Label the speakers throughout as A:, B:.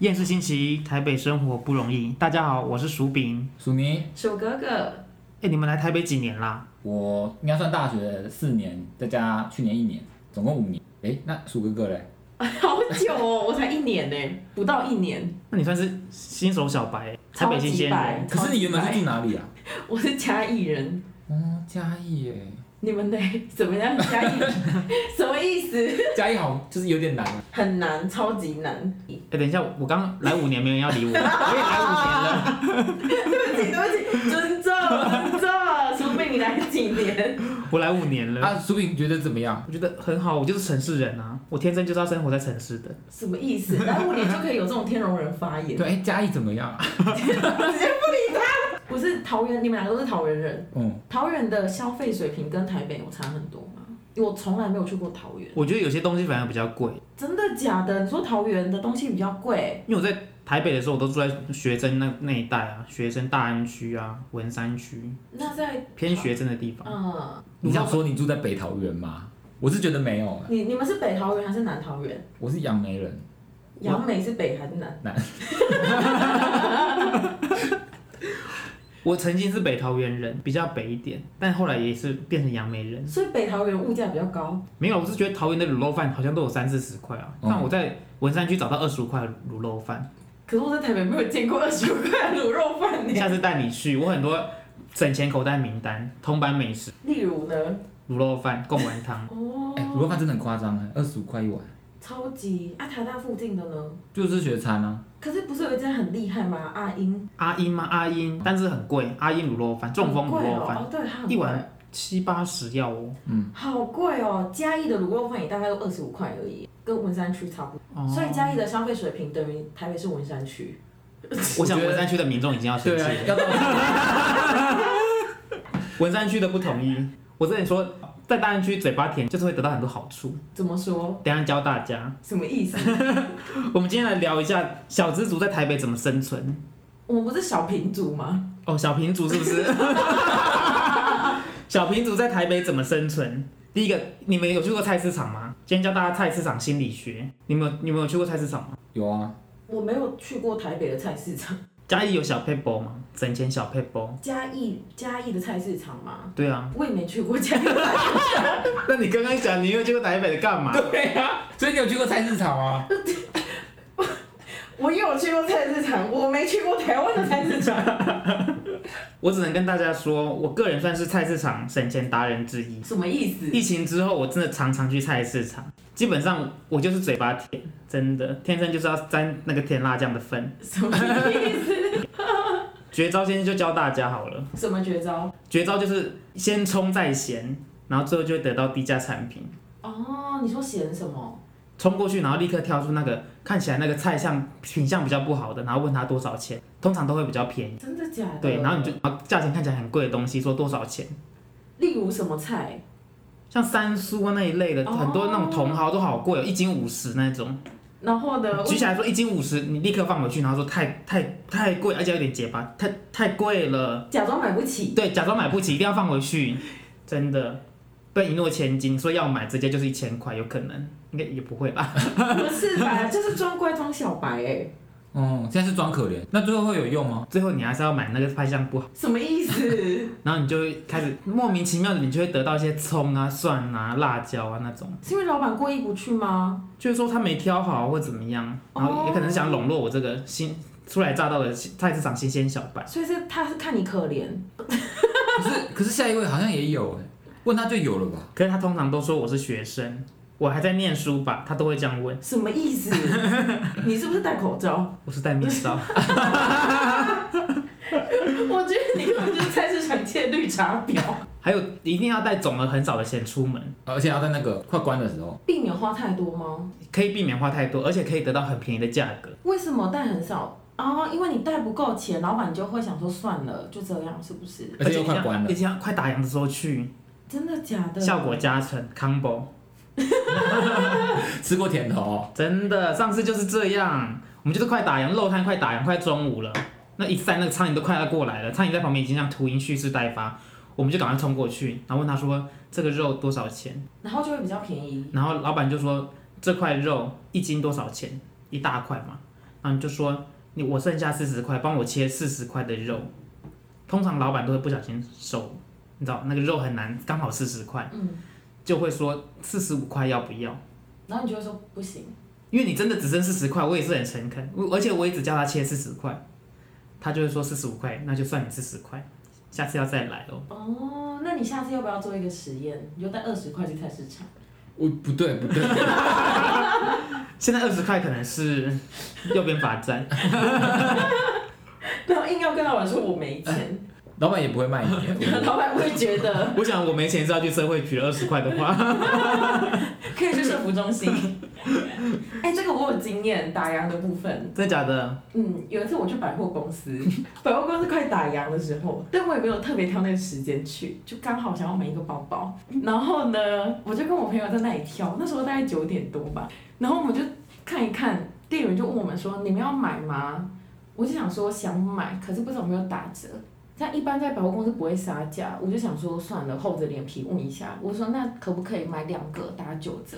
A: 厌世星期一，台北生活不容易。大家好，我是薯饼。
B: 署名，
C: 鼠哥哥，
A: 哎，你们来台北几年啦？
B: 我应该算大学四年，再加去年一年，总共五年。哎，那鼠哥哥嘞？
C: 好久哦，我才一年呢、不到一年。
A: 那你算是新手小白，台北新鲜人。
B: 可是你原本是住哪里啊？
C: 我是嘉义人，
B: 哦，嘉义耶，
C: 你们呢？怎么样？嘉义人什么意思？
B: 嘉义好就是有点难啊。
C: 很难，超级难。对
A: 哎，等一下，我刚来五年，没人要理我，我也来五年了。
C: 不起，对不起，尊重，尊重。除非你来几年，
A: 我来五年了，
B: 啊，薯饼觉得怎么样？
A: 我觉得很好，我就是城市人啊，我天生就是要生活在城市的。
C: 什么意思？来五年就可以有这种天龙人发言，
B: 对，哎，嘉义怎么样啊？
C: 直接不理他。不是桃园，你们两个都是桃园人，
B: 嗯，
C: 桃园的消费水平跟台北有差很多吗？我从来没有去过桃园，
A: 我觉得有些东西反而比较贵，
C: 真的假的？你说桃园的东西比较贵，
A: 因为我在台北的时候，我都住在学生那那一带啊，学生大安区啊、文山区
C: 那在
A: 偏学生的地方。
C: 嗯，
B: 你想说你住在北桃园吗？我是觉得没有啊，
C: 你你们是北桃园还是南桃园？
B: 我是杨梅人。我
C: 杨梅是北还是南？
A: 我曾经是北桃园人，比较北一点，但后来也是变成杨梅人。
C: 所以北桃园物价比较高，
A: 没有，我是觉得桃园的卤肉饭好像都有三四十块啊，
B: 嗯
A: 但我在文山区找到二十五块的卤肉 饭，
C: 可是我在台北没有见过二十五块的卤肉饭呢。
A: 下次带你去，我很多省钱口袋名单，通版美食、
C: 例如呢？，
A: 卤肉饭、贡丸汤
C: 哦，
B: 哎，卤肉饭真的很夸张哎，二十五块一碗，
C: 超级啊，台大附近的呢？
B: 就是学餐啊。
C: 可是不是有一间很厉害吗？阿英
A: 阿英吗？阿英，但是很贵，阿英卤肉饭，中风
C: 好
A: 卤
C: 贵
A: 肉饭，
C: 哦，哦对，它很
A: 一
C: 贵
A: 碗七八十要哦。
C: 好贵哦。嘉义的卤肉饭也大概都二十五块而已，跟文山区差不多。 所
A: 哦，
C: 以嘉义的消费水平等于台北是文山区。
A: 哦我想
B: 我觉得
A: 文山区的民众已经要生
B: 对
A: 气
B: 啊，
A: 了，
B: 要到
A: 文山区的不同意。我之前说，在大安区嘴巴甜，就是会得到很多好处。
C: 怎么说？
A: 等一下教大家。
C: 什么意思？
A: 我们今天来聊一下小资族在台北怎么生存。
C: 我们不是小平族吗？
A: 哦，小平族是不 是？小平族在台北怎么生存？第一个，你们有去过菜市场吗？今天教大家菜市场心理学。你们有你们有去过菜市场吗？
B: 有啊，
C: 我没有去过台北的菜市场。
A: 嘉义有小 p a p e 吗？省钱小 p a p e
C: 嘉义嘉义的菜市场吗？
A: 对啊，
C: 我也没去过嘉义的菜市场，
A: 那你刚刚讲你有去过台北的干嘛？
B: 对啊，所以你有去过菜市场吗？
C: 我有去过菜市场，我没去过台湾的菜市场。
A: 我只能跟大家说，我个人算是菜市场省钱达人之一。
C: 什么意 思？
A: 疫情之后，我真的常常去菜市场，基本上我就是嘴巴甜，真的天生就是要沾那个甜辣酱的粉。
C: 什么意思？
A: 绝招先就教大家好了，
C: 什么绝招？
A: 绝招就是先冲再咸，然后最后就会得到低价产品。
C: 哦，你说咸什么？
A: 冲过去，然后立刻挑出那个看起来那个菜相品相比较不好的，然后问他多少钱，通常都会比较便宜。
C: 真的假的？
A: 对，然后你就然后价钱看起来很贵的东西说多少钱，
C: 例如什么菜？
A: 像三苏啊那一类的，
C: 哦
A: 很多那种茼蒿都好贵哦，一斤五十那种。
C: 然后呢？
A: 举起来说一斤五十，你立刻放回去，然后说太太太贵，而且有点结巴，太太贵了。
C: 假装买不 起，
A: 对，假装买不起，一定要放回去，真的被一诺千金说要买，直接就是一千块，有可能，应该也不会吧？
C: 不是吧？就是装乖装小白哎、
B: 哦、现在是装可怜，那最后会有用吗？
A: 最后你还是要买那个拍相不好，
C: 什么意思？
A: 然后你就会开始莫名其妙的，你就会得到一些葱啊、蒜啊、辣椒啊那种，
C: 是因为老板过意不去吗？
A: 就是说他没挑好或怎么样，然后也可能是想笼络我这个新初来乍到的菜市场新鲜小白。
C: 所以是他是看你可怜，
B: 可是可是下一位好像也有哎，问他就有了吧？
A: 可是他通常都说我是学生，我还在念书吧，他都会这样问。
C: 什么 意思？你是不是戴口罩？
A: 我是戴面罩，
C: 我觉得你根本就是菜市场界绿茶婊，
A: 还有一定要带总额很少的钱出门。
B: 而且要在那个快关的时候，
C: 避免花太多吗？
A: 可以避免花太多，而且可以得到很便宜的价格。
C: 为什么带很少？哦，因为你带不够钱，老板就会想说算了，就这样，是不是？
B: 而且又快关了
A: 而。且要快打烊的时候去，
C: 真的假的？
A: 效果加成 combo，
B: 吃过甜头哦、
A: 真的，上次就是这样，我们就是快打烊，肉摊快打烊，快中午了，那一散那个苍蝇都快要过来了，苍蝇在旁边已经像秃鹰蓄势待发，我们就赶快冲过去，然后问他说这个肉多少钱，
C: 然后就会比较便宜。
A: 然后老板就说这块肉一斤多少钱，一大块嘛，然后你就说你我剩下四十块，帮我切四十块的肉。通常老板都会不小心手，你知道那个肉很难刚好四十块，
C: 嗯，
A: 就会说四十五块要不要？
C: 然后你就会说不行，
A: 因为你真的只剩四十块，我也是很诚恳，我而且我也只叫他切四十块，他就会说四十五块，那就算你四十块，下次要再来哦。
C: 哦，那你下次要不要做一个实验？你就带二十块去菜市场，
B: 我不对不对，
A: 现在二十块可能是右边罚站，
C: 然后硬要跟老板说我没钱，
B: 老板也不会卖你。我
C: 老板会觉得
A: 我想我没钱是要去社会局了，二十块的话，
C: 可以去社服中心。哎、这个我有经验，打烊的部分。
A: 真的假的？
C: 嗯，有一次我去百货公司，百货公司快打烊的时候，但我也没有特别挑那个时间去，就刚好想要买一个包包。然后呢，我就跟我朋友在那里挑，那时候大概九点多吧。然后我们就看一看，店员就问我们说：“你们要买吗？”我就想说想买，可是不知道有没有打折。但一般在百货公司不会杀价，我就想说算了，厚着脸皮问一下。我说那可不可以买两个打九折？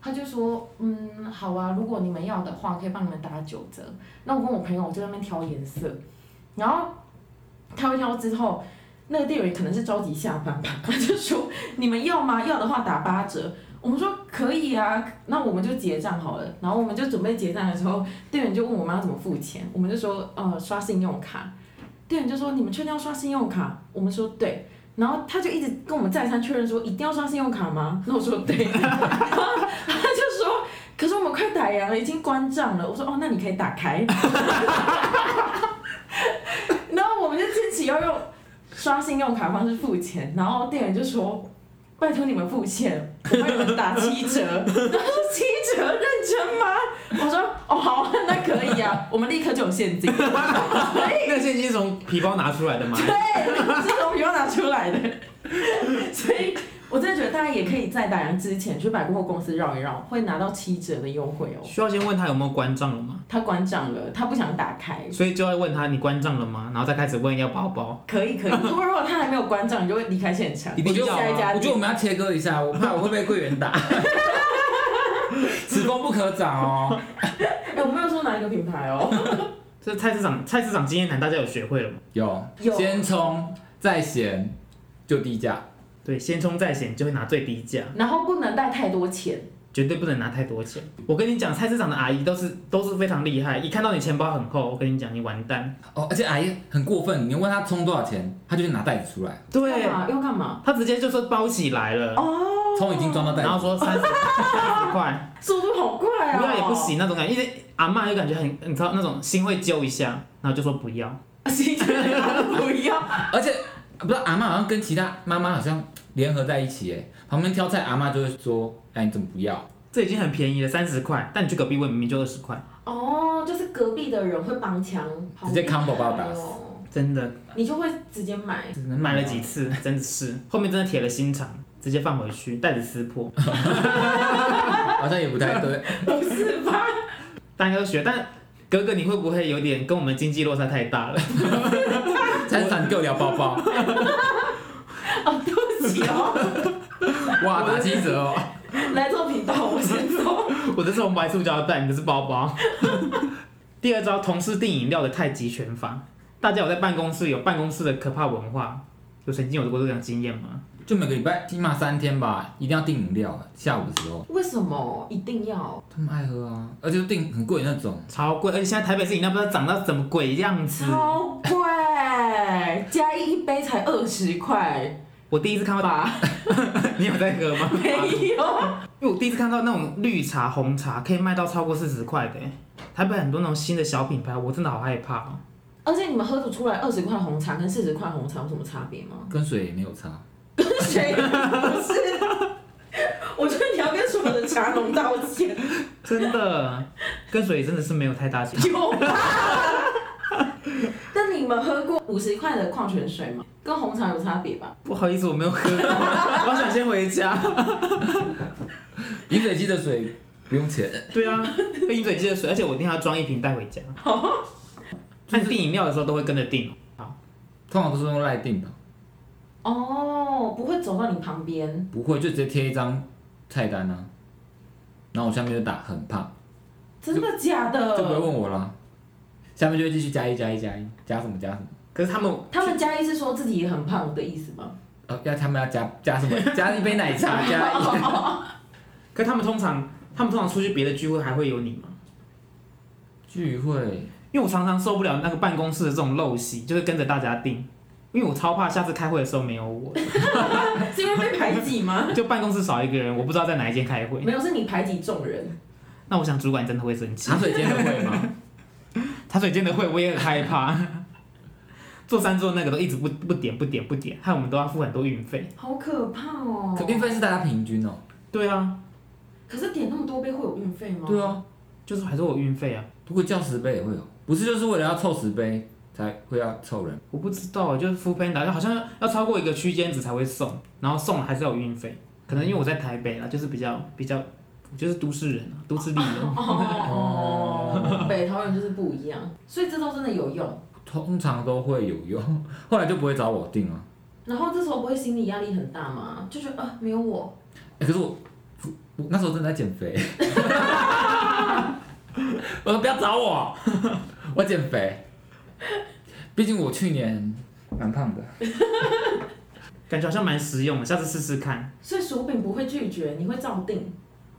C: 他就说嗯好啊，如果你们要的话，可以帮你们打九折。那我跟我朋友我就在那边挑颜色，然后挑一挑之后，那个店员可能是着急下班吧，他就说你们要吗？要的话打八折。我们说可以啊，那我们就结账好了。然后我们就准备结账的时候，店员就问我们要怎么付钱，我们就说呃刷信用卡。店员就说你们确定要刷信用卡？我们说对。然后他就一直跟我们再三确认说一定要刷信用卡吗？那我说对。 然后他就说可是我们快打烊了，已经关账了。我说哦，那你可以打开。然后我们就坚持要用刷信用卡方式付钱，然后店员就说：“拜托你们付钱，我帮你们打七折。” 然后说七折认真吗？我说：“哦，好啊，那可以啊，我们立刻就有现金。”
A: 那现金是从皮包拿出来的吗？
C: 对，是从皮包拿出来的。所以我真的觉得大家也可以在打烊之前去百货公司绕一绕，会拿到七折的优惠哦。
A: 需要先问他有没有关账了吗？
C: 他关账了，他不想打开。
A: 所以就要问他你关账了吗？然后再开始问要包包。
C: 可以可以，如果如果他还没有关账，你就会离开现场。
B: 一定要
C: 我就下一
B: 啊！
C: 家
B: 我觉得我
C: 店。
B: 们要切割一下，我怕我会被柜员打。此风不可长哦。
C: 哎、我没有说哪一个品牌哦。
A: 这菜市场菜市场经验谈大家有学会了吗？
B: 有，
C: 有
B: 先冲再咸，就低价。
A: 对，先冲再险就会拿最低价，
C: 然后不能带太多钱，
A: 绝对不能拿太多钱。我跟你讲，菜市场的阿姨都是都是非常厉害，一看到你钱包很厚，我跟你讲你完蛋。
B: 哦，而且阿姨很过分，你问她冲多少钱，她就去拿袋子出来，
A: 对
C: 干，嘛要干嘛？
A: 他直接就说包起来了，
C: 哦，
B: 冲已经装到袋
A: 然后
B: 子。
A: 说 三十块，
C: 速度好快啊、
A: 不要也不，行那种感觉，因为阿嬷就感觉很，你知道那种心会揪一下，然后就说不要。
C: 行，不要。
B: 而且不知道阿妈好像跟其他妈妈好像联合在一起，哎，旁边挑菜阿妈就会说，哎，你怎么不要？
A: 这已经很便宜了，三十块，但你去隔壁问明明就二十块，
C: 哦，就是隔壁的人会帮腔，
B: 直接
C: 扛
B: combo 把我打死。
A: 真的
C: 你就会直接买。
A: 只能买了几次，
C: 嗯
A: 真的是后面真的铁了心肠，直接放回去，袋子撕破。
B: 好像也不太 对。
C: 不是吧？
A: 大家都学，但哥哥你会不会有点跟我们经济落差太大了？
B: 才闪够聊包包，
C: 哦，对不起哦，
B: 哇，打七折哦。
C: 来做频道，我先走。
A: 我这是红白塑胶袋，你的是包包。 第二招，同事订饮料的太极拳法。大家有在办公室有办公室的可怕文化，有曾经有过这样经验吗？
B: 就每个礼拜起码三天吧，一定要订饮料，下午的时候
C: 为什么一定要？
B: 他们爱喝啊，而且就订很贵那种。
A: 超贵，而且现在台北市饮料不知道涨到什么鬼样子。
C: 超贵，加一杯才二十块
A: 我第一次看到，
C: 吧？
A: 你有在喝吗？
C: 没有。
A: 因为我第一次看到那种绿茶、红茶可以卖到超过四十块的、欸，台北很多那种新的小品牌，我真的好害怕哦、
C: 而且你们喝得出来二十块红茶跟四十块红茶有什么差别吗？
B: 跟水也没有差，
C: 谁不是？我觉得你要跟所有的茶农道歉，
A: 真的，跟水真的是没有太大差。
C: 有 吧？那你们喝过五十块的矿泉水吗？跟红茶有差别吧？
A: 不好意思，我没有喝过，我想先回家。
B: 饮水机的水不用钱。
A: 对啊，喝饮水机的水，而且我一定要装一瓶带回家。那你订饮料的时候都会跟着订哦，
B: 通常都是用赖订吧，
C: 哦，不会走到你旁边，
B: 不会就直接贴一张菜单啊，然后我下面就打很胖，
C: 真的假
B: 就不会
C: 的？
B: 问我啦。下面就会继续加一加一加一加什么加什么，
A: 可是他们
C: 他们嘉义是说自己也很胖的意思吗？
B: 呃，要他们要加加 什么？加一杯奶茶，加一
A: 可他们通常，他们通常出去别的聚会还会有你吗？
B: 聚 会，
A: 因为我常常受不了那个办公室的这种陋习，就是跟着大家订，因为我超怕下次开会的时候没有我，
C: 是因为被排挤吗？
A: 就办公室少一个人，我不知道在哪一间开会。
C: 没有，是你排挤众人。
A: 那我想主管真的会生气
B: 茶，水间的会 吗？
A: 茶水间的会我也很害怕， 做三做那个都一直不不点不点不点，害我们都要付很多运费。
C: 好可怕哦！
B: 可运费是大家平均哦。
A: 对啊，
C: 可是点那么多杯会有运费吗？
B: 对啊，
A: 就是还是我有运费啊，
B: 不过叫十杯也会有，不是就是为了要凑十杯才会要凑人？
A: 我不知道，就是 f o o Panda 好像要超过一个区间值才会送，然后送了还是要有运费，可能因为我在台北啦，就是比较比较，我就是都市人啊，都市丽人。
C: 哦，北桃园就是不一样，所以这招真的有用。
B: 通常都会有用，后来就不会找我订了、
C: 然后这时候不会心理压力很大吗？就觉得啊，没有我，
B: 欸可是我我那时候正在减肥， 我说不要找我，我减肥。毕竟我去年蛮胖的，
A: 感觉好像蛮实用的，下次试试看。
C: 所以薯饼不会拒绝，你会照定。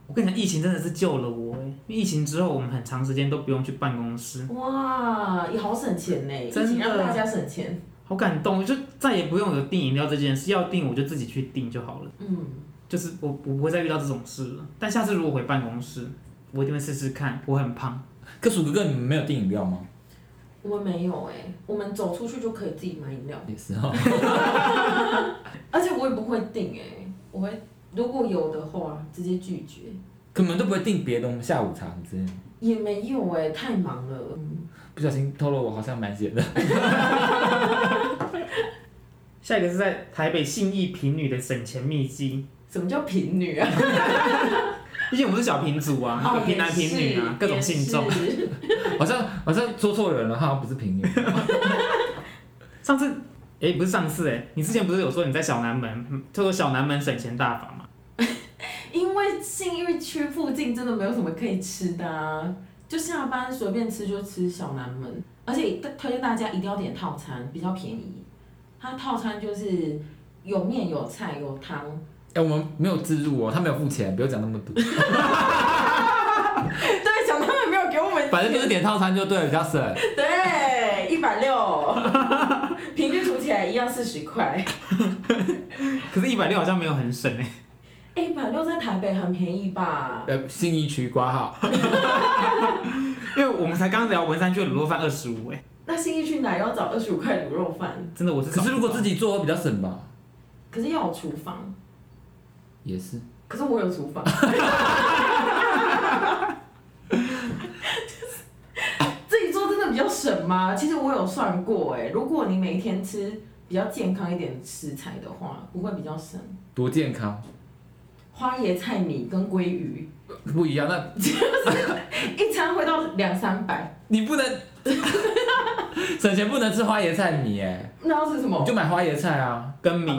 A: 我跟你讲，疫情真的是救了我欸因为疫情之后，我们很长时间都不用去办公室，
C: 哇，也好省钱呢，
A: 真的
C: 疫情让大家省钱。
A: 好感动，就再也不用有订饮料这件事，要订我就自己去订就好了。
C: 嗯，
A: 就是我我不会再遇到这种事了。但下次如果回办公室，我一定会试试看。我很胖，
B: 可鼠哥哥你们没有订饮料吗？
C: 我们没有哎，我们走出去就可以自己买饮料，
B: 也是哦，
C: 而且我也不会订哎，我会如果有的话直接拒绝。
B: 可你们都不会订别的东西，下午茶之类的。
C: 也没有哎，太忙了。嗯
B: 不小心透露我好像蛮闲的，
A: 下一个是在台北信义平女的省钱秘籍，
C: 什么叫贫女啊？
A: 毕竟我们是小平组啊，
C: 哦
A: 平男平女啊，各种信众。。
C: 也是也是
B: 好像好像说错人了，好像不是平女。
A: 上次，哎、不是上次、哎，你之前不是有说你在小南门，就说小南门省钱大法吗？
C: 因为信义区附近真的没有什么可以吃的啊，就下班随便吃就吃小南门，而且推荐大家一定要点套餐，比较便宜。它套餐就是有面有菜有汤，
B: 哎、我们没有自入哦，他没有付钱，不要讲那么多，
C: 对，小南门没有给我们
B: 反正就是点套餐就对了，比较省。
C: 对一百六，平均除起来一样四十块。
A: 可是，一百六好像没有很省哎、
C: 哎，一百六在台北很便宜吧？
B: 呃，信义区挂号，
A: 因为我们才刚聊文山区的卤肉饭二十五哎，
C: 那信义区哪要找二十五块卤肉饭？
A: 真的我是
B: 可是如果自
A: 己
B: 己做比较省吧，
C: 可是要有厨房，
B: 也是。
C: 可是我有厨房。 自己做真的比较省吗？其实我有算过、哎，如果你每天吃比较健康一点的食材的话，不会比较省。
B: 多健康，
C: 花椰菜米跟鲑鱼，
B: 不一样。那
C: 一餐会到两三百，
B: 你不能 省钱，不能吃花椰菜米哎，
C: 那要吃什么
B: 你就？买花椰菜啊。
A: 跟米，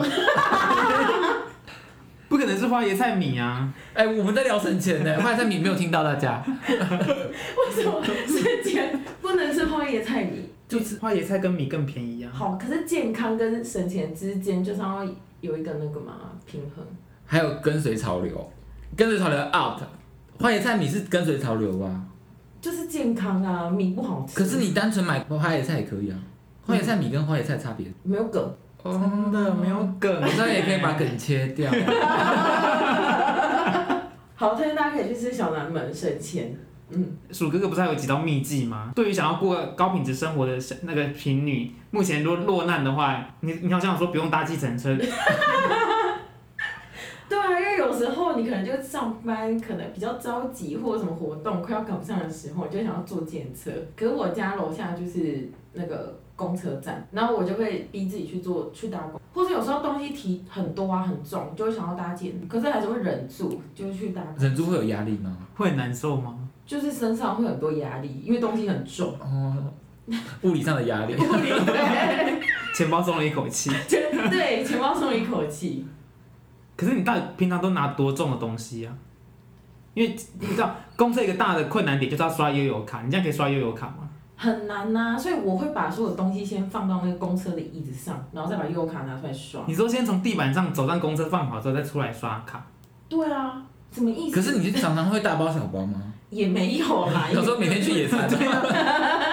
A: 不可能是花椰菜米啊，
B: 哎、我们在聊省钱呢，花椰菜米没有听到大家，
C: 为什么瞬间不能吃花椰菜米？
A: 就是花椰菜跟米更便宜啊。
C: 好，可是健康跟省钱之间就是要有一个那个嘛平衡。
B: 还有跟随潮流，跟随潮流 out，花椰菜米是跟随潮流吧？
C: 就是健康啊，米不好吃。
B: 可是你单纯买花椰菜也可以啊，花椰菜米跟花椰菜差别。
C: 没有梗，
B: 哦
A: 真的没有梗，
B: 好像也可以把梗切 掉。
C: 好，推荐大家可以去吃小南门省钱。
A: 鼠哥哥不是还有几道秘籍吗？对于想要过高品质生活的那个贫女，目前如果落难的话，你你好像有说不用搭计程车，
C: 对啊，因为有时候你可能就上班可能比较着急，或者什么活动快要赶不上的时候，你就想要坐电车。可是我家楼下就是那个公车站，然后我就会逼自己去坐去搭公，或者有时候东西提很多啊很重，就会想要搭捷运，可是还是会忍住，就是去搭公，
B: 忍住会有压力吗？
A: 会很难受吗？
C: 就是身上会很多压力，因为东西很重。
B: 哦，物理上的压力。
C: 对，
A: 钱包松了一口气。
C: 对，钱包松了一口气。
A: 可是你到底平常都拿多重的东西啊？因为你知道公司有一个大的困难点就是要刷悠游卡，你这样可以刷悠游卡吗？
C: 很难呐、所以我会把所有东西先放到那个公车的椅子上，然后再把悠游卡拿出来刷。
A: 你说先从地板上走上公车放好之后再出来刷卡，
C: 对啊，什么意思？
B: 可
C: 啊
B: 是你常常会大包小包 吗？
C: 也没有啦，
B: 有时候每天去野餐，啊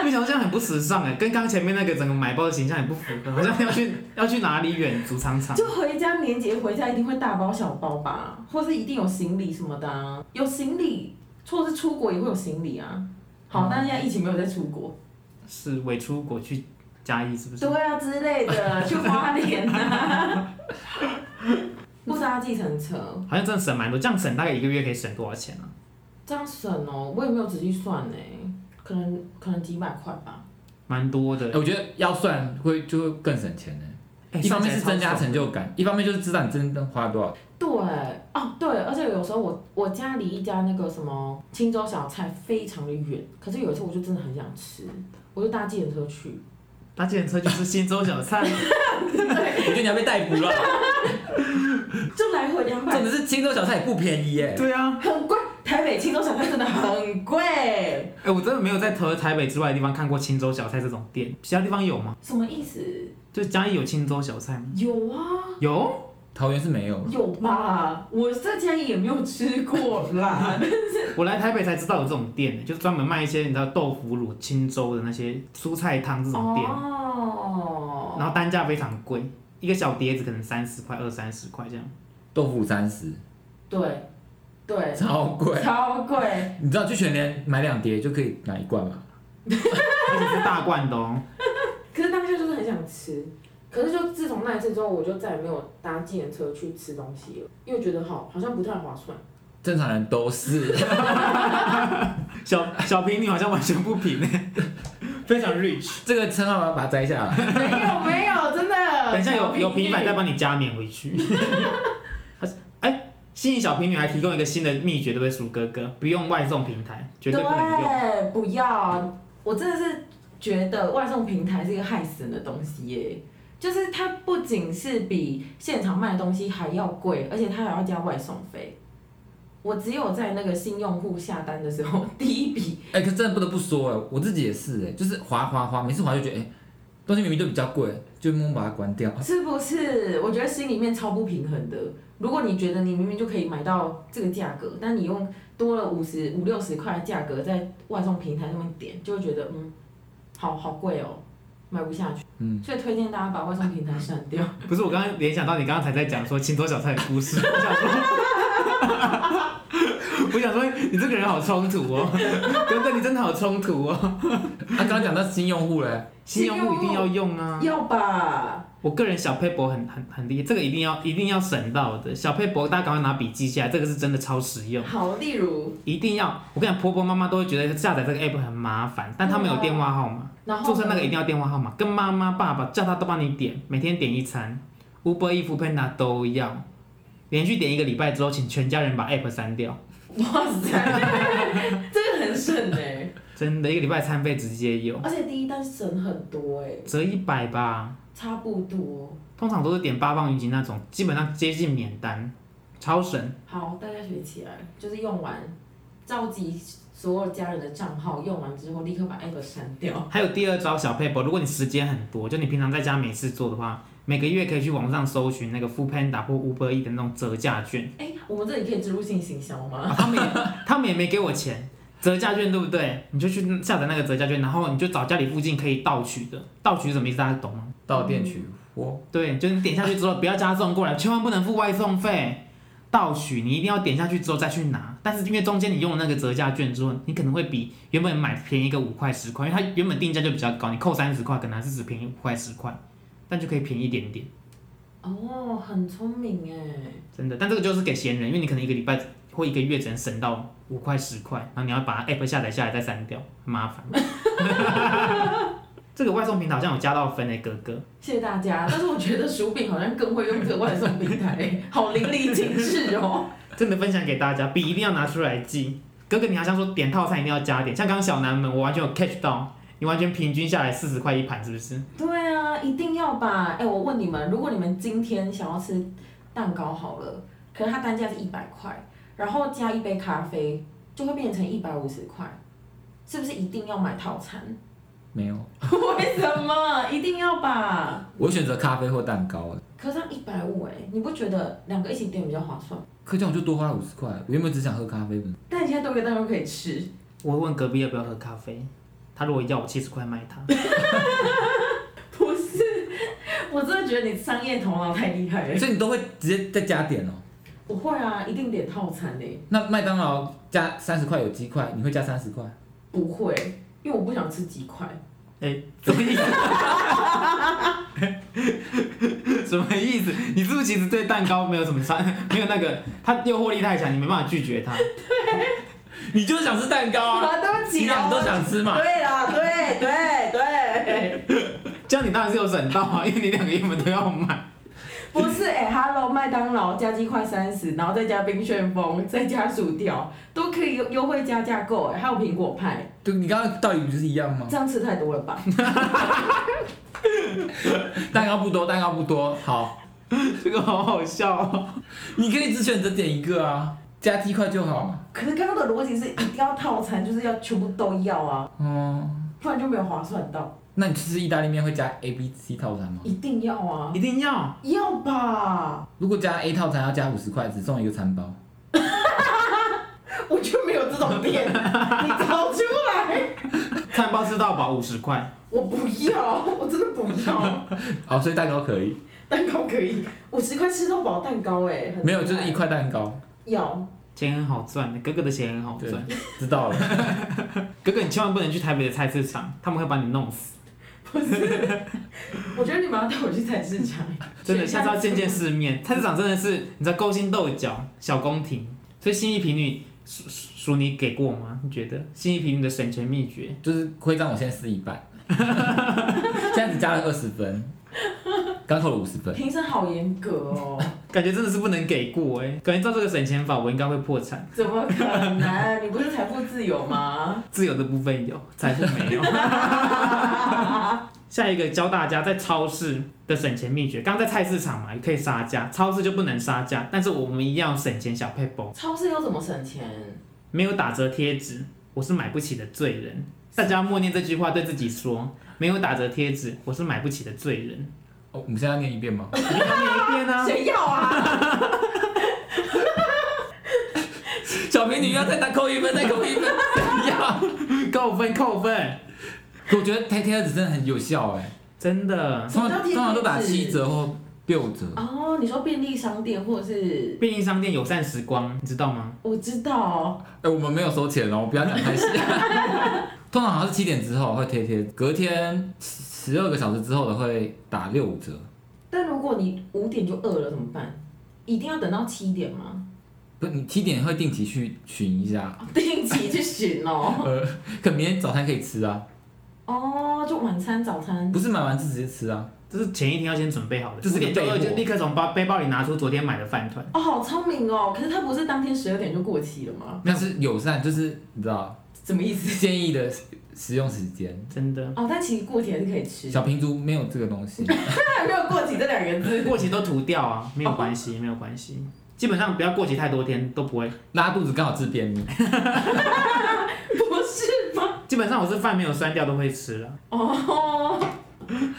A: 不想到这样很不时尚哎、跟刚刚前面那个整个买包的形象也不符合，好像要去要去哪里远足商场。
C: 就回家年节回家一定会大包小包吧，或是一定有行李什么的、啊，有行李，或是出国也会有行李啊。好，但是现在疫情没有在出国，
A: 是伪出国去嘉义
B: 嗯
A: 是不是？
C: 对啊之类的， 去花莲啊， 不搭计程车，
A: 好像真的省蛮多，这样省大概一个月可以省多少钱啊？
C: 这样省哦、我也没有仔细算呢、可能可能几百块吧。
A: 蛮多
B: 哎
A: 的。
B: 我觉得要算会就会更省钱呢。
A: 哎
B: 一方面是增加
A: 算起来
B: 成就感，一方面就是知道你真正花多少。
C: 对，哦对，而且有时候我我家离一家那个什么青州小菜非常的远，可是有一次我就真的很想吃，我就搭计程车
A: 超
C: 去，
A: 爽，搭计程车就是新洲小 菜，
B: 我觉得你要被逮捕了。
C: 就来回两百
B: 重点是青州小菜也不便宜耶。
A: 对啊，
C: 很贵，台北青州小菜真的很贵，
A: 哎、我真的没有在除了台北之外的地方看过青州小菜这种店，其他地方有吗？
C: 什么意思？
A: 就嘉义有青州小菜吗？
C: 有啊，
A: 有，
B: 桃园是没有，
C: 有吧？我在家也没有吃过 啦。
A: 我来台北才知道有这种店、欸就是专门卖一些你知道豆腐乳、青州的那些蔬菜汤这种店，
C: 哦，
A: 然后单价非常贵，一个小碟子可能三十块、二三十块这样。
B: 豆腐三十，
C: 对，对，
B: 超贵。
C: 超贵，
B: 你知道去全联买两碟就可以拿一罐吗？
A: 而且是大罐的哦。
C: 可是当下就是很想吃。可是就自从那一次之后，我就再也没有搭计程车去吃东西了，因为觉得好好像不太划算。
B: 正常人都是。
A: 小小平，你好像完全不平、欸， 非常 rich。
B: 这个称号我要把它摘下来。
C: 没有没有，真的。
A: 等一下 有有呃平板再
C: 在。
A: 帮你加冕回 去。哎、吸引小平女还提供一个新的秘诀，对不对，鼠哥哥？不用外送平台，绝对不能用。
C: 对，不要！我真的是觉得外送平台是一个害死人的东西耶，就是它不仅是比现场卖的东西还要贵，而且它还要加外送费。我只有在那个新用户下单的时候， 第一笔
B: 哎、可真的不得不说哎，我自己也是哎，就是滑滑滑，每次滑就觉得哎、东西明明就比较贵，就默默把它关掉。
C: 是不是？我觉得心里面超不平衡的。如果你觉得你明明就可以买到这个价格，但你用多了五十五六十块的价格在外送平台上面点，就会觉得嗯，好好贵哦，买不下去。
B: 嗯，
C: 所以推荐大家把外送平台删掉。
A: 不是，我刚刚联想到你刚刚才在讲说青州小菜的故事，我想说， 我想说你这个人好冲突哦， 哥哥你真的好冲突哦。
B: 他、啊刚刚讲到新用户嘞，
A: 新用户一定要用啊！
C: 要吧？
A: 我个人小 paper 很很很厉害，这个一定要一定要省到的。小 paper 大家赶快拿笔记下来，这个是真的超实用，
C: 好，例如，
A: 一定要。我跟你讲，婆婆妈妈都会觉得下载这个 app 很麻烦，但他们有
C: 对啊
A: 电话号码，
C: 然后
A: 做成那个一定要电话号码，跟妈妈爸爸叫他都帮你点，每天点一餐，Uber、e f Panda 都要。连续点一个礼拜之后，请全家人把 app 删掉，
C: 哇塞， 这个很省哎、
A: 真的一个礼拜餐费直接有
C: 而且第一单省很多哎、
A: 折一百吧。
C: 差不多。
A: 通常都是点八方云集那种，基本上接近免单，超省。
C: 好，大家学起来，就是用完，召集所有家人的账号，用完之后立刻把 app 删掉。
A: 还有第二招小 paper，如果你时间很多，就你平常在家没事做的话，每个月可以去网上搜寻那个 Food Panda 或 Uber E 的那种折价 券。
C: 哎、我们这里可以植入性行销吗？
A: 他们也他们也没给我钱，折价券对不对？你就去下载那个折价券，然后你就找家里附近可以盗取的。盗取是什么意思？大家懂吗？
B: 到店取货。
A: 对，就是你点下去之后，不要加送过来，千万不能付外送费。盗取你一定要点下去之后再去拿，但是因为中间你用了那个折价券之后，你可能会比原本买便宜个五块十块，因为它原本定价就比较高，你扣三十块，可能还是只便宜五块十块，但就可以便宜一点点，
C: 哦，很聪明哎、
A: 真的。但这个就是给闲人，因为你可能一个礼拜或一个月只能省到五块十块，然后你要把 app 下载下来再删掉，很麻烦。这个外送平台好像有加到分诶、哥哥，
C: 谢谢大家。但是我觉得薯饼好像更会用这个外送平台、 好淋漓尽致哦。
A: 真的分享给大家，笔一定要拿出来记。哥哥，你好像说点套餐一定要加点，像刚刚小南门，我完全有 catch 到，你完全平均下来四十块一盘，是不是？
C: 对啊，一定要吧！哎、我问你们，如果你们今天想要吃蛋糕好了，可是它单价是一百块，然后加一杯咖啡就会变成一百五十块，是不是一定要买套餐？
B: 没有，
C: 为什么一定要吧？
B: 我选择咖啡或蛋糕。啊
C: 可是一百五哎，你不觉得两个一起点比较划算？
B: 可这样我就多花了五十块。我原本只想喝咖啡，不是
C: 但你现在多一个蛋糕可以吃，
A: 我会问隔壁要不要喝咖啡，他如果要我七十块卖他，
C: 不是？我真的觉得你商业头脑太厉害了。
B: 所以你都会直接再加点哦。
C: 我会啊，一定点套餐欸嘞、
B: 那麦当劳加三十块有鸡块，你会加三十块？
C: 不会，因为我不想吃鸡块。
A: 哎，什么意思？ 什么意思？你是不是其实对蛋糕没有什么差， 没有那个，它诱惑力太强，你没办法拒绝它。
B: 你就是想吃蛋糕啊？
C: 啊，对不
B: 你
C: 起啊，
B: 俩都想吃嘛？
C: 对啦，对对对，
A: 这样你当然是有省到啊，因 为你两个原本都要买。
C: 不是哎、哈 h e l l o 麦当劳加鸡块三十，然后再加冰旋风，再加薯条，都可以优优惠加价购哎、还有苹果派，
B: 对，你刚刚道理不就是一样吗？
C: 这样吃太多了吧？
B: 蛋糕不多，蛋糕不多，好，
A: 这个好好笑哦。
B: 你可以只选择点一个啊，加鸡块就好嘛。
C: 可是刚刚的逻辑是一定要套餐，就是要全部都要啊，
B: 哦，
C: 不然就没有划算到。
B: 那你吃意大利面会加 A、B、C 套餐吗？
C: 一定要啊，
A: 一定要，
C: 要吧？
B: 如果加 A 套餐要加五十块，只送一个餐包。
C: 我就没有这种店，你找出来。
A: 餐包吃到饱五十块，
C: 我不要，我真的不要。
B: 哦，所以蛋糕可以，
C: 蛋糕可以，五十块吃到饱蛋糕哎、很
B: 没有就是
C: 厉害
B: 一块蛋糕。
C: 要。
A: 钱很好赚，哥哥的钱很好
B: 对
A: 赚。，
B: 知道 了。
A: 哥哥，你千万不能去台北的菜市场，他们会把你弄死。
C: 我觉得你们要带我去菜市场，
A: 真的，
C: 选
A: 下
C: 项
A: 次要见见世面。菜市场真的是，你知道勾心斗角，小宫廷。所以心仪平女属属你给过吗？你觉得心仪平女的省钱秘诀？
B: 就是徽章我先撕一半，现在只加了二十分，刚扣了五十分。
C: 评审好严格哦，
A: 感觉真的是不能给过哎、感觉照这个省钱法，我应该会破产。
C: 怎么可能？你不是财富自由吗？
A: 自由的部分有，财富没有。 下一个教大家在超市的省钱秘诀。刚刚在菜市场嘛，也可以杀价，超市就不能杀价，但是我们一样省钱小 p a p
C: 超市要怎么省钱？
A: 没有打折贴纸，我是买不起的罪人。大家默念这句话，对自己说：没有打折贴纸，我是买不起的罪人。
B: 哦，我们现在要念一遍吗？
A: 你要念一遍 啊！
C: 谁要啊？
B: 小美女要再打扣一分，再扣 一分，怎样？
A: 扣分，扣分，
B: 可我觉得贴贴纸真的很有效哎，
A: 真的。
B: 通常通
C: 哦什么叫贴贴纸
B: 常都打七折或六折。
C: 哦，你说便利商店或者是
A: 便利商店友善时光，你知道吗？
C: 我知道，
B: 哎，我们没有收钱哦，不要讲 太细。通常好像是七点之后会贴贴，隔天十二个小时之后的会打六折。
C: 但如果你五点就饿了怎么办？一定要等到七点吗？
B: 不，你七点会定期去巡一下，
C: 定期去巡哦。
B: 呃，可明天早餐可以吃啊，
C: 哦，就晚餐、早餐。
B: 不是买完就直接吃啊。
A: 这是前一天要先准备好的，
B: 这是
A: 五
B: 个
A: 点就
B: 备货
A: 饿就立刻从包背包里拿出昨天买的饭团。
C: 哦，好聪明哦！可是他不是当天十二点就过期了吗？
B: 但是友善就是你知道
C: 什么意思？
B: 建议的使使用时间，
A: 真的，
C: 哦，但其实过期还是可以吃。
B: 小平足没有这个东西。
C: 没有过期这两个字。
A: 过期都涂掉啊，没有关系，没有关系。基本上不要过期太多天都不会。
B: 拉肚子刚好治便秘，
C: 不是吗？
A: 基本上我是饭没有酸掉都会吃了。
C: 哦，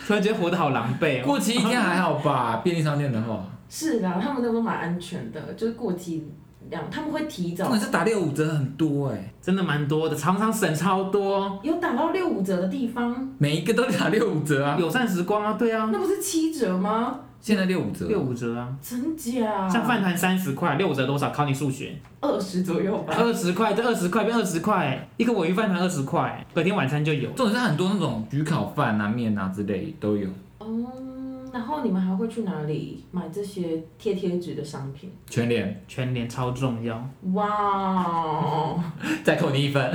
A: 突然觉得活得好狼狈哦。
B: 过期一天还好吧？ 便利商店的话，
C: 是啦，他们都说蛮安全的，就是过期两，他们会提
B: 真
C: 早
B: 的是打六五折很多哎、
A: 真的蛮多的，常常省超多。
C: 有打到六五折的地方，
B: 每一个都打六五折 啊！
A: 友善时光啊，对啊，
C: 那不是七折吗？
B: 现在六五折，
A: 六五折啊，
C: 真假？
A: 像饭团三十块，六折多少？考你数学，
C: 二十左右吧。
A: 二十块，这二十块变二十块，一个尾鱼饭团二十块，隔天晚餐就有。
B: 重点是很多那种焗烤饭啊、面啊之类都有，
C: 嗯，然后你们还会去哪里买这些贴贴纸的商品？
B: 全脸
A: 全脸超重要，
C: 哇哦，
B: 再扣你一分。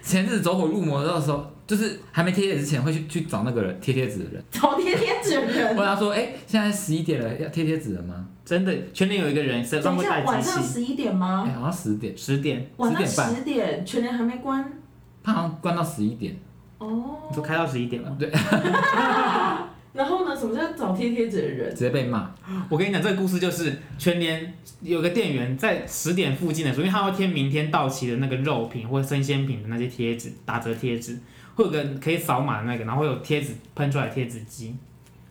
B: 前阵子走火入魔的时候，就是还没贴贴纸之前，会去去找那个人贴贴纸的人，
C: 找贴贴纸的人。
B: 问他说：“哎、现在十一点了，要贴贴纸了吗
A: 真的，全脸有一个人身上
C: 等一
A: 会
C: 下，
A: 带
C: 晚
A: 机
C: 上
A: 器，
C: 十一点？”
B: 哎、
C: 吗？
B: 好像十点，
A: 十点，
C: 晚上
B: 10点半
C: 十点，全年还没关
B: 他好像关到十一点。
C: 哦
A: 你。说开到十一点吗？
B: 对，
C: 然后呢，什么叫找贴贴纸的人
B: 直？接被骂。
A: 我跟你讲，这个故事就是全联有个店员在十点附近的时候，因为他要贴明天到期的那个肉品或生鲜品的那些贴纸，打折贴纸，会有个可以扫码的那个，然后会有贴纸喷出来的贴纸机，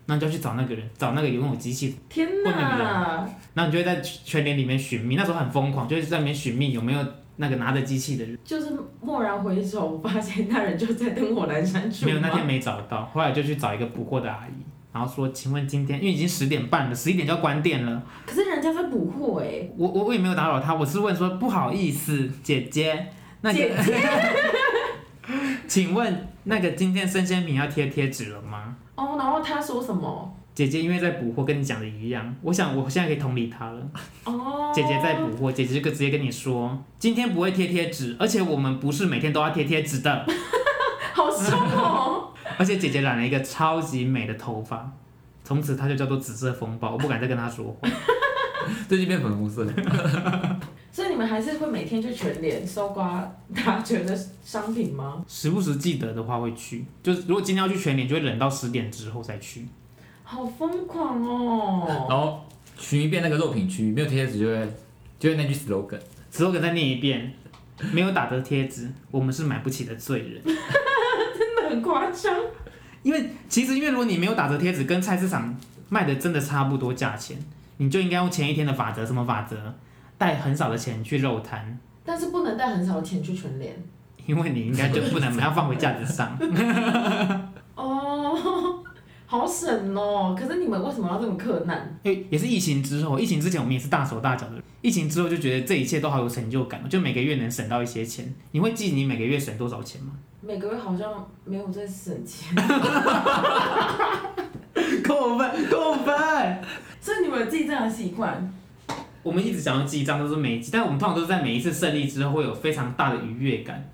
A: 那你就要去找那个人，找那个拥有机器的，
C: 天
A: 不能
C: 哪！
A: 然后你就会在全联里面寻觅，那时候很疯狂，就是在里面寻觅有没有那个拿着机器的人，
C: 就是蓦然回首，我发现那人就在灯火阑珊处。
A: 没有，那天没找到，后来就去找一个补货的阿姨，然后说，请问今天因为已经十点半了，十一点就要关店了。
C: 可是人家在补货哎，
A: 我我我也没有打扰他，我是问说不好意思，姐姐，那个，
C: 姐
A: 请问那个今天生鲜品要贴贴纸了吗？
C: 哦，然后他说什么？
A: 姐姐因为在补货，跟你讲的一样，我想我现在可以同理她了。
C: 哦，
A: 姐姐在补货，姐姐就直接跟你说，今天不会贴贴纸，而且我们不是每天都要贴贴纸的。
C: 好凶哦！
A: 而且姐姐染了一个超级美的头发，从此她就叫做紫色风暴，我不敢再跟她说话。
B: 最近变粉红色，
C: 所以你们还是会每天去全联搜刮打折的商品吗？
A: 时不时记得的话会去，就是如果今天要去全脸，就会忍到十点之后再去。
C: 好疯狂哦！
B: 然后巡一遍那个肉品区，没有贴纸就会就会那句 slogan。
A: slogan 再念一遍，没有打折贴纸，我们是买不起的罪人。
C: 真的很夸张。
A: 因为其实，因为如果你没有打折贴纸，跟菜市场卖的真的差不多价钱，你就应该用前一天的法则，什么法则？带很少的钱去肉摊，
C: 但是不能带很少的钱去全联
A: 因为你应该就不能把它放回架子上。
C: 哦， 好省哦。可是你们为什么要这么克难？
A: 因哎为也是疫情之后，疫情之前我们也是大手大脚的，疫情之后就觉得这一切都好有成就感，就每个月能省到一些钱。你会记你每个月省多少 钱吗？
C: 每个月好像没有在省钱，
A: 扣分，扣分。
C: 所以你们有自己这样的习惯。
A: 我们一直想要记账，都是每一季，但我们通常都是在每一次胜利之后会有非常大的愉悦感。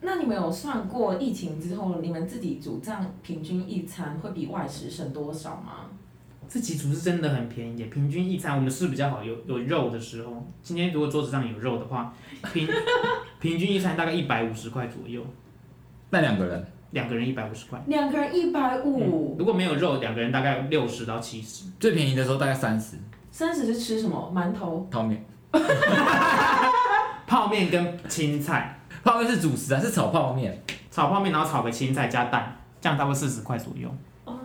C: 那你们有算过疫情之后你们自己煮这样平均一餐会比外食省多少吗？
A: 自己煮是真的很便宜，平均一餐我们是比较好，有有肉的时候，今天如果桌子上有肉的话，平 平均一餐大概一百五十块左右，
B: 那两个人
A: 两个人一百五十块。
C: 两个人一百五，
A: 如果没有肉，两个人大概六十到七十。
B: 最便宜的时候大概三十，
C: 三十是吃什么？馒头。
B: 泡面，
A: 泡面跟青菜，
B: 泡面是主食啊，是炒泡面。
A: 炒泡面，然后炒个青菜加蛋，这样差不多四十块左右。
C: 哦，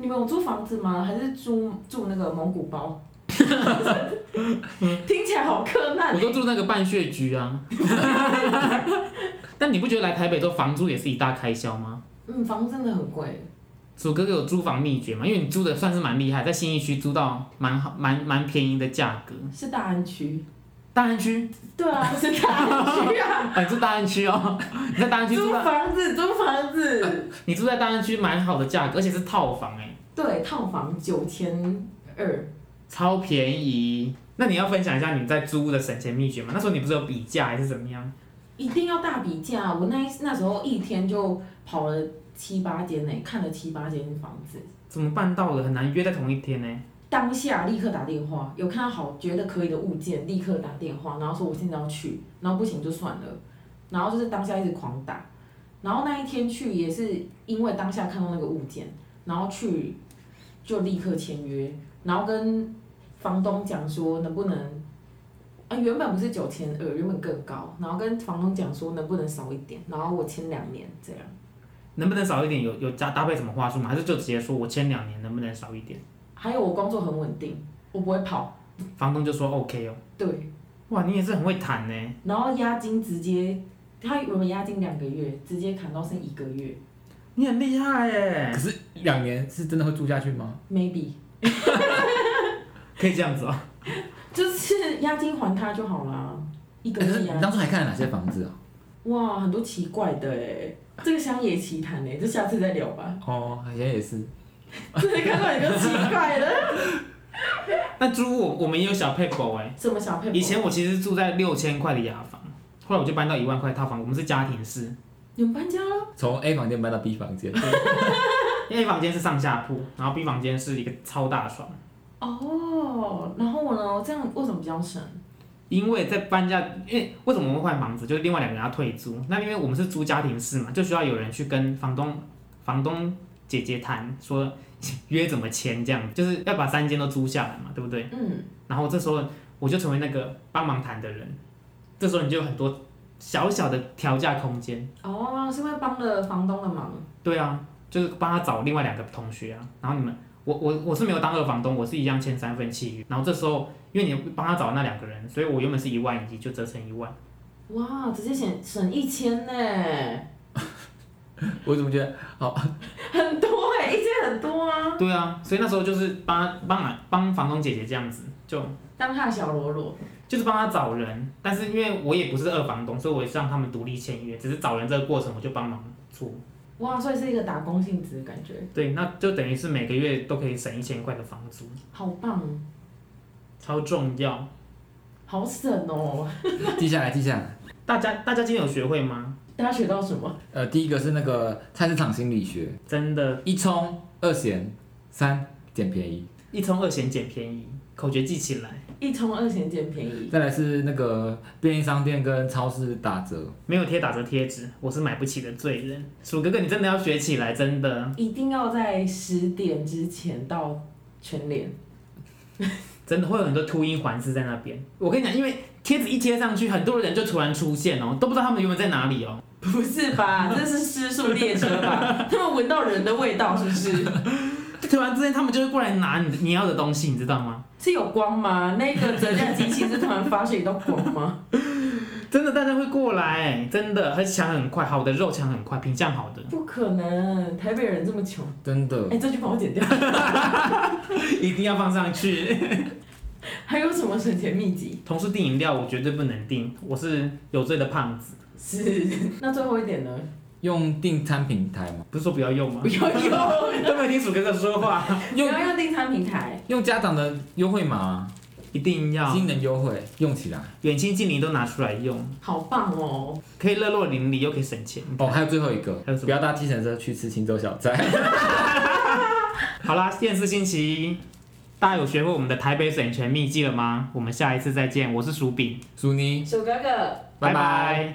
C: 你们有租房子吗？还是租住那个蒙古包？ 听起来好克难
A: 我
C: 欸。
A: 都住那个半穴居啊。 但你不觉得来台北都房租也是一大开销吗？
C: 嗯，房子真的很贵。
A: 楚哥哥有租房秘诀嘛？因为你租的算是蛮厉害，在新一区租到蛮好、蛮蛮便宜的价格。
C: 是大安区。
A: 大安区，
C: 对啊，是大安区啊。
A: 啊，你住大安区哦， 你在大安区
C: 租
A: 租到，
C: 房子，租房子。
A: 你住在大安区蛮好的价格，而且是套房哎、
C: 对，套房九千二。
A: 超便宜。那你要分享一下你在租屋的省钱秘诀吗？那时候你不是有比价还是怎么样？
C: 一定要大比价。我那一那时候一天就跑了七八间呢、看了七八间房子。
A: 怎么办到的？很难约在同一天呢、欸
C: 当下立刻打电话，有看到好觉得可以的物件，立刻打电话，然后说我现在要去，然后不行就算了，然后就是当下一直狂打，然后那一天去也是因为当下看到那个物件，然后去就立刻签约，然后跟房东讲说能不能，啊原本不是九千二，原本更高，然后跟房东讲说能不能少一点，然后我签两年这样。
A: 能不能少一点？有有加搭配什么话术吗？还是就直接说我签两年，能不能少一点？
C: 还有我工作很稳定，我不会跑，
A: 房东就说 OK 哦。
C: 对。
A: 哇，你也是很会谈欸呢、
C: 然后押金直接，他原本押金两个月，直接砍到剩一个月
A: 你很厉害欸耶、
B: 可是两年是真的会住下去吗？
C: ，maybe
A: 可以这样子哦。
C: 就是押金还他就好啦，一个
B: 可是
C: 月
B: 哎你
C: 押
B: 当
C: 金。
B: 初还看了哪些房子啊？
C: 哇，很多奇怪的哎，这个乡野奇谈哎，这下次再聊吧。
B: 哦，好像也是。
C: 真的看到一个奇怪的，
A: 那租屋我们也有小配狗哎、
C: 什么小配
A: 以前我其实住在六千块的雅房，后来我就搬到一万块套房。我们是家庭式，
C: 你们搬家了？
B: 从 A 房间搬到 B 房间，
A: 因为 A 房间是上下铺，然后 B 房间是一个超大床。
C: 哦，然后我呢，这样为什么比较省？
A: 因为在搬家，因为为什么我们会换房子，就是另外两个人要退租。那因为我们是租家庭式嘛，就需要有人去跟房东房东姐姐谈说约怎么签，这样就是要把三间都租下来嘛，对不对？
C: 嗯，
A: 然后这时候我就成为那个帮忙谈的人，这时候你就有很多小小的调价空间。
C: 哦，是因为帮了房东的忙，
A: 对啊，就是帮他找另外两个同学啊，然后你们。我我我是没有当二房东，我是一样签三份契约。然后这时候，因为你帮他找那两个人，所以我原本是一万一，就折成一万。
C: 哇，直接省省一千呢，
B: 我怎么觉得
C: 很多哎、一千很多啊，
A: 对啊，所以那时候就是帮他帮忙帮房东姐姐这样子，就
C: 当他的小喽啰，
A: 就是帮他找人，但是因为我也不是二房东，所以我也是让他们独立签约，只是找人这个过程我就帮忙做。
C: 哇，所以是一个打工性质的感觉，
A: 对，那就等于是每个月都可以省一千块的房租，
C: 好棒，
A: 超重要。
C: 好省哦。
B: 记下来，记下来。
A: 大家大家今天有学会吗？
C: 大家学到什么？
B: 呃，第一个是那个菜市场心理学，
A: 真的，
B: 一冲二咸三捡便宜，
A: 一冲二险捡便宜，口诀记起来。
C: 一冲二险捡便宜，
B: 再来是那个便利商店跟超市打折，
A: 没有贴打折贴纸，我是买不起的罪人。鼠哥哥，你真的要学起来，真的，
C: 一定要在十点之前到全联。
A: 真的会有很多秃鹰环视在那边。我跟你讲，因为贴纸一贴上去，很多人就突然出现哦，都不知道他们原本在哪里哦。
C: 不是吧？这是失速列车吧？他们闻到人的味道是不是？
A: 突然之间，他们就会过来拿你的你要的东西，你知道吗？
C: 是有光吗？那个折价机器是突然发射一道光吗？
A: 真的，大家会过来，真的，而且抢很快，好的肉抢很快，品相好的
C: 不可能，台北人这么穷。
B: 真的
C: 哎、这句帮我剪掉。
A: 一定要放上去。
C: 还有什么省钱秘籍？
A: 同事订饮料，我绝对不能订，我是有罪的胖子。
C: 是，那最后一点呢？
B: 用订餐平台嘛，
A: 不是说不要用 吗
C: 不？要用，
A: 都没有听鼠哥哥说话，
C: 不要用订餐平台。
B: 用家长的优惠码，
A: 一定要
B: 新人优惠用起来。
A: 远亲近邻都拿出来用，
C: 好棒哦！
A: 可以热络邻里，又可以省钱。
B: 哦，还有最后一个
A: 还有什么，
B: 不要搭计程车去吃青州小菜。
A: 好啦，电视星期一，大家有学会我们的台北省权秘籍了吗？我们下一次再见，我是薯饼，
B: 苏妮，
C: 鼠哥哥，
A: 拜拜